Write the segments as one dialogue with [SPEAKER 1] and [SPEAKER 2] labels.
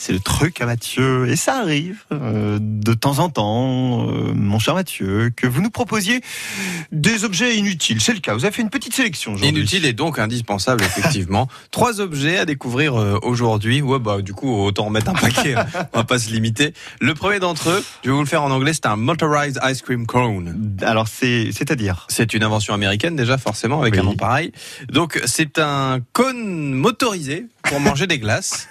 [SPEAKER 1] c'est le truc à Mathieu. Et ça arrive euh, de temps en temps, euh, mon cher Mathieu, que vous nous proposiez des objets inutiles. C'est le cas. Vous avez fait une petite sélection aujourd'hui.
[SPEAKER 2] Inutile et donc indispensable, effectivement. Trois objets à découvrir euh, aujourd'hui. Ouais, bah, du coup, autant en mettre un paquet. hein. On va pas se limiter. Le premier d'entre eux, je vais vous le faire en anglais, c'est un motorized ice cream cone.
[SPEAKER 1] Alors c'est, c'est-à-dire.
[SPEAKER 2] C'est une invention américaine déjà forcément avec
[SPEAKER 1] Oui.
[SPEAKER 2] un nom pareil. Donc c'est un cône motorisé pour manger des glaces.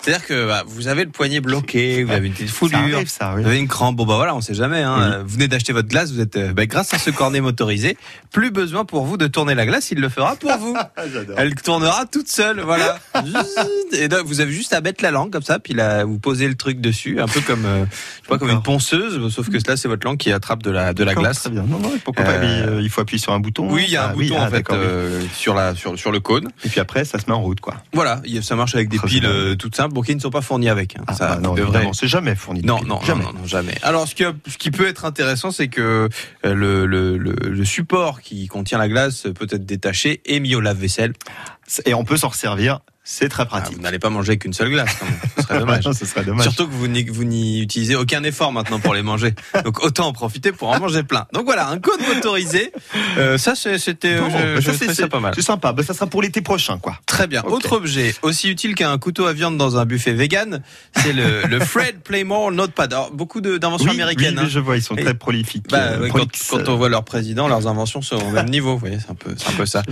[SPEAKER 2] C'est-à-dire que bah, vous avez le poignet bloqué, vous avez une petite
[SPEAKER 1] Ça
[SPEAKER 2] foulure,
[SPEAKER 1] arrive, Mhm. ça, oui.
[SPEAKER 2] vous avez une crampe. Bon bah voilà, on sait jamais. Hein.
[SPEAKER 1] Oui.
[SPEAKER 2] Euh, Vous venez d'acheter votre glace, vous êtes euh, bah, grâce à ce cornet motorisé, plus besoin pour vous de tourner la glace, il le fera pour vous.
[SPEAKER 1] j'adore.
[SPEAKER 2] Elle tournera toute seule, voilà. Zzzz. Et donc, vous avez juste à mettre la langue comme ça, puis là, vous posez le truc dessus, un peu comme, euh, je sais pas, comme
[SPEAKER 1] D'accord.
[SPEAKER 2] une ponceuse, sauf que là, c'est votre langue qui attrape de la, de la glace.
[SPEAKER 1] Très bien. Non, non, pourquoi
[SPEAKER 2] Euh,
[SPEAKER 1] pas mais, euh, Il faut appuyer sur un bouton.
[SPEAKER 2] Oui, il y a un
[SPEAKER 1] Ah,
[SPEAKER 2] bouton
[SPEAKER 1] ah,
[SPEAKER 2] en fait
[SPEAKER 1] d'accord, oui.
[SPEAKER 2] euh, sur la sur, sur le cône.
[SPEAKER 1] Et puis après, ça se met en route, quoi.
[SPEAKER 2] Voilà, il y a- ça marche avec des
[SPEAKER 1] Très
[SPEAKER 2] piles
[SPEAKER 1] bien.
[SPEAKER 2] euh, toutes simples, bon, qui ne sont pas fournies avec. hein.
[SPEAKER 1] Ah,
[SPEAKER 2] ça
[SPEAKER 1] bah non,
[SPEAKER 2] devrait.
[SPEAKER 1] évidemment, c'est jamais fourni. de
[SPEAKER 2] Non,
[SPEAKER 1] piles.
[SPEAKER 2] non,
[SPEAKER 1] jamais.
[SPEAKER 2] non, non, non, jamais. Alors, ce qui, a- ce qui peut être intéressant, c'est que euh, le, le, le, le support qui contient la glace peut être détaché et mis au lave-vaisselle.
[SPEAKER 1] Et on peut s'en servir. C'est très
[SPEAKER 2] Ah,
[SPEAKER 1] pratique.
[SPEAKER 2] vous n'allez pas manger qu'une seule glace, quand même. ce serait Ah, dommage.
[SPEAKER 1] Non, ce serait dommage.
[SPEAKER 2] Surtout que vous n'y- vous n'y utilisez aucun effort maintenant pour les manger. Donc autant en profiter pour en manger plein. Donc voilà, un code motorisé. Euh, ça, c'est- c'était euh,
[SPEAKER 1] Bon,
[SPEAKER 2] je-
[SPEAKER 1] bah,
[SPEAKER 2] je
[SPEAKER 1] ça, c'est-
[SPEAKER 2] trouvais ça
[SPEAKER 1] c'est-
[SPEAKER 2] pas mal.
[SPEAKER 1] C'est sympa. Bah, ça sera pour l'été prochain, quoi.
[SPEAKER 2] Très bien.
[SPEAKER 1] Ok.
[SPEAKER 2] Autre objet aussi utile qu'un couteau à viande dans un buffet vegan, c'est le, le Fred Playmore Notepad. Alors, beaucoup de- d'inventions
[SPEAKER 1] Oui,
[SPEAKER 2] américaines.
[SPEAKER 1] oui, mais
[SPEAKER 2] hein.
[SPEAKER 1] je vois, ils sont
[SPEAKER 2] Et-
[SPEAKER 1] très prolifiques.
[SPEAKER 2] Bah,
[SPEAKER 1] euh,
[SPEAKER 2] ouais, quand,
[SPEAKER 1] prolixes.
[SPEAKER 2] quand on voit leur président, leurs inventions sont au même niveau. Vous voyez, c'est un peu, c'est un peu ça.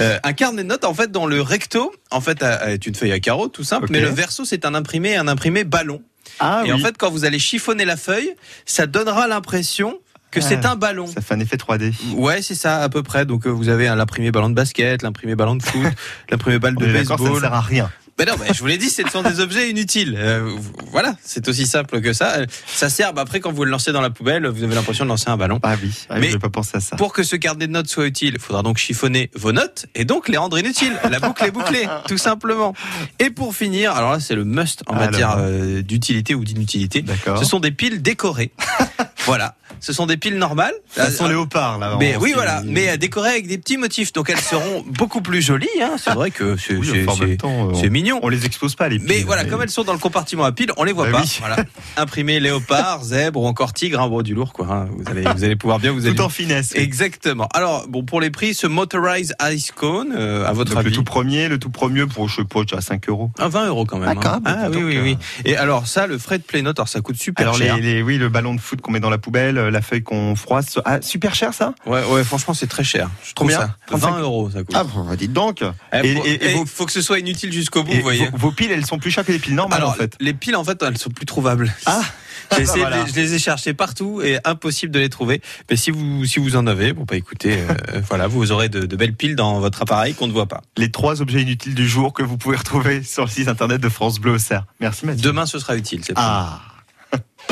[SPEAKER 2] Euh, un carnet de notes, en fait, dans le recto, en fait, a- est une feuille à carreaux, tout simple.
[SPEAKER 1] Ok.
[SPEAKER 2] Mais le verso, c'est un imprimé, un imprimé ballon.
[SPEAKER 1] Ah
[SPEAKER 2] Et en
[SPEAKER 1] oui,
[SPEAKER 2] fait, quand vous allez chiffonner la feuille, ça donnera l'impression que
[SPEAKER 1] Ah.
[SPEAKER 2] c'est un ballon.
[SPEAKER 1] ça fait un effet 3D.
[SPEAKER 2] Ouais, c'est ça à peu près. Donc euh, vous avez euh, l'imprimé ballon de basket, l'imprimé ballon de foot, l'imprimé balle
[SPEAKER 1] On
[SPEAKER 2] de
[SPEAKER 1] est d'accord, ça ne
[SPEAKER 2] baseball.
[SPEAKER 1] sert à rien.
[SPEAKER 2] Ben non, ben, je vous l'ai dit, ce sont des objets inutiles. Euh, voilà, c'est aussi simple que ça. Euh, Ça sert, ben, après quand vous le lancez dans la poubelle, vous avez l'impression de lancer un ballon.
[SPEAKER 1] Ah oui, ah oui,
[SPEAKER 2] Mais-
[SPEAKER 1] je n'ai pas pensé à ça.
[SPEAKER 2] Pour que ce carnet de notes soit utile, il faudra donc chiffonner vos notes et donc les rendre inutiles. La boucle est bouclée, tout simplement. Et pour finir, alors là c'est le must en
[SPEAKER 1] Alors.
[SPEAKER 2] matière euh, d'utilité ou d'inutilité.
[SPEAKER 1] D'accord.
[SPEAKER 2] Ce sont des piles décorées. voilà, ce sont des piles normales.
[SPEAKER 1] Ça sent léopard, là.
[SPEAKER 2] Ah, Mais
[SPEAKER 1] on
[SPEAKER 2] oui,
[SPEAKER 1] s'est-
[SPEAKER 2] voilà, mais euh, décorées avec des petits motifs, donc elles seront beaucoup plus jolies. hein. C'est vrai que c'est
[SPEAKER 1] Oui,
[SPEAKER 2] c'est-
[SPEAKER 1] enfin, en même
[SPEAKER 2] c'est-
[SPEAKER 1] temps, euh,
[SPEAKER 2] c'est mignon.
[SPEAKER 1] on les expose pas, les
[SPEAKER 2] Mais
[SPEAKER 1] piles,
[SPEAKER 2] voilà, comme elles sont dans le compartiment à piles, on les voit
[SPEAKER 1] Bah
[SPEAKER 2] pas.
[SPEAKER 1] oui.
[SPEAKER 2] Voilà. Imprimé léopard, zèbre ou encore tigre, hein, bon, du lourd quoi. hein. Vous, allez, vous allez pouvoir bien vous allez.
[SPEAKER 1] Tout en finesse. oui.
[SPEAKER 2] Exactement. Alors bon, pour les prix, ce motorized ice cone, euh, à votre
[SPEAKER 1] Donc, le
[SPEAKER 2] avis,
[SPEAKER 1] tout premier, le tout premier pour, je sais pas, à 5 euros.
[SPEAKER 2] à 20 euros quand même.
[SPEAKER 1] Ah, quand
[SPEAKER 2] hein.
[SPEAKER 1] même,
[SPEAKER 2] Ah,
[SPEAKER 1] dis
[SPEAKER 2] oui,
[SPEAKER 1] donc,
[SPEAKER 2] oui,
[SPEAKER 1] euh. Ah,
[SPEAKER 2] oui. Et alors ça, le frais de Playnote, alors ça coûte super
[SPEAKER 1] Alors,
[SPEAKER 2] cher.
[SPEAKER 1] les, les- oui, le ballon de foot qu'on met dans la poubelle, euh, la feuille qu'on froisse. Ah, super cher, ça
[SPEAKER 2] Ouais, ouais, franchement, c'est très cher. Je trouve
[SPEAKER 1] Combien
[SPEAKER 2] ça.
[SPEAKER 1] 35
[SPEAKER 2] 20 euros, ça coûte.
[SPEAKER 1] Ah, bon, bah, dites donc
[SPEAKER 2] Eh,
[SPEAKER 1] Et-
[SPEAKER 2] faut-
[SPEAKER 1] et- et
[SPEAKER 2] eh,
[SPEAKER 1] vos-
[SPEAKER 2] faut que ce soit inutile jusqu'au bout,
[SPEAKER 1] Et
[SPEAKER 2] vous voyez.
[SPEAKER 1] vos, vos piles, elles sont plus chères que les piles normales,
[SPEAKER 2] Alors,
[SPEAKER 1] en fait.
[SPEAKER 2] les piles, en fait, bah elles sont plus trouvables.
[SPEAKER 1] Ah.
[SPEAKER 2] J'ai essayé de les-
[SPEAKER 1] voilà.
[SPEAKER 2] je les ai cherchées partout et impossible de les trouver. Mais si vous, si vous en avez, bon, bah écoutez, euh, voilà, vous aurez de, de belles piles dans votre appareil qu'on ne voit pas.
[SPEAKER 1] Les trois objets inutiles du jour que vous pouvez retrouver sur le site internet de France Bleu Auxerre. Merci, Mathieu.
[SPEAKER 2] Demain, ce sera utile. c'est promis.
[SPEAKER 1] Ah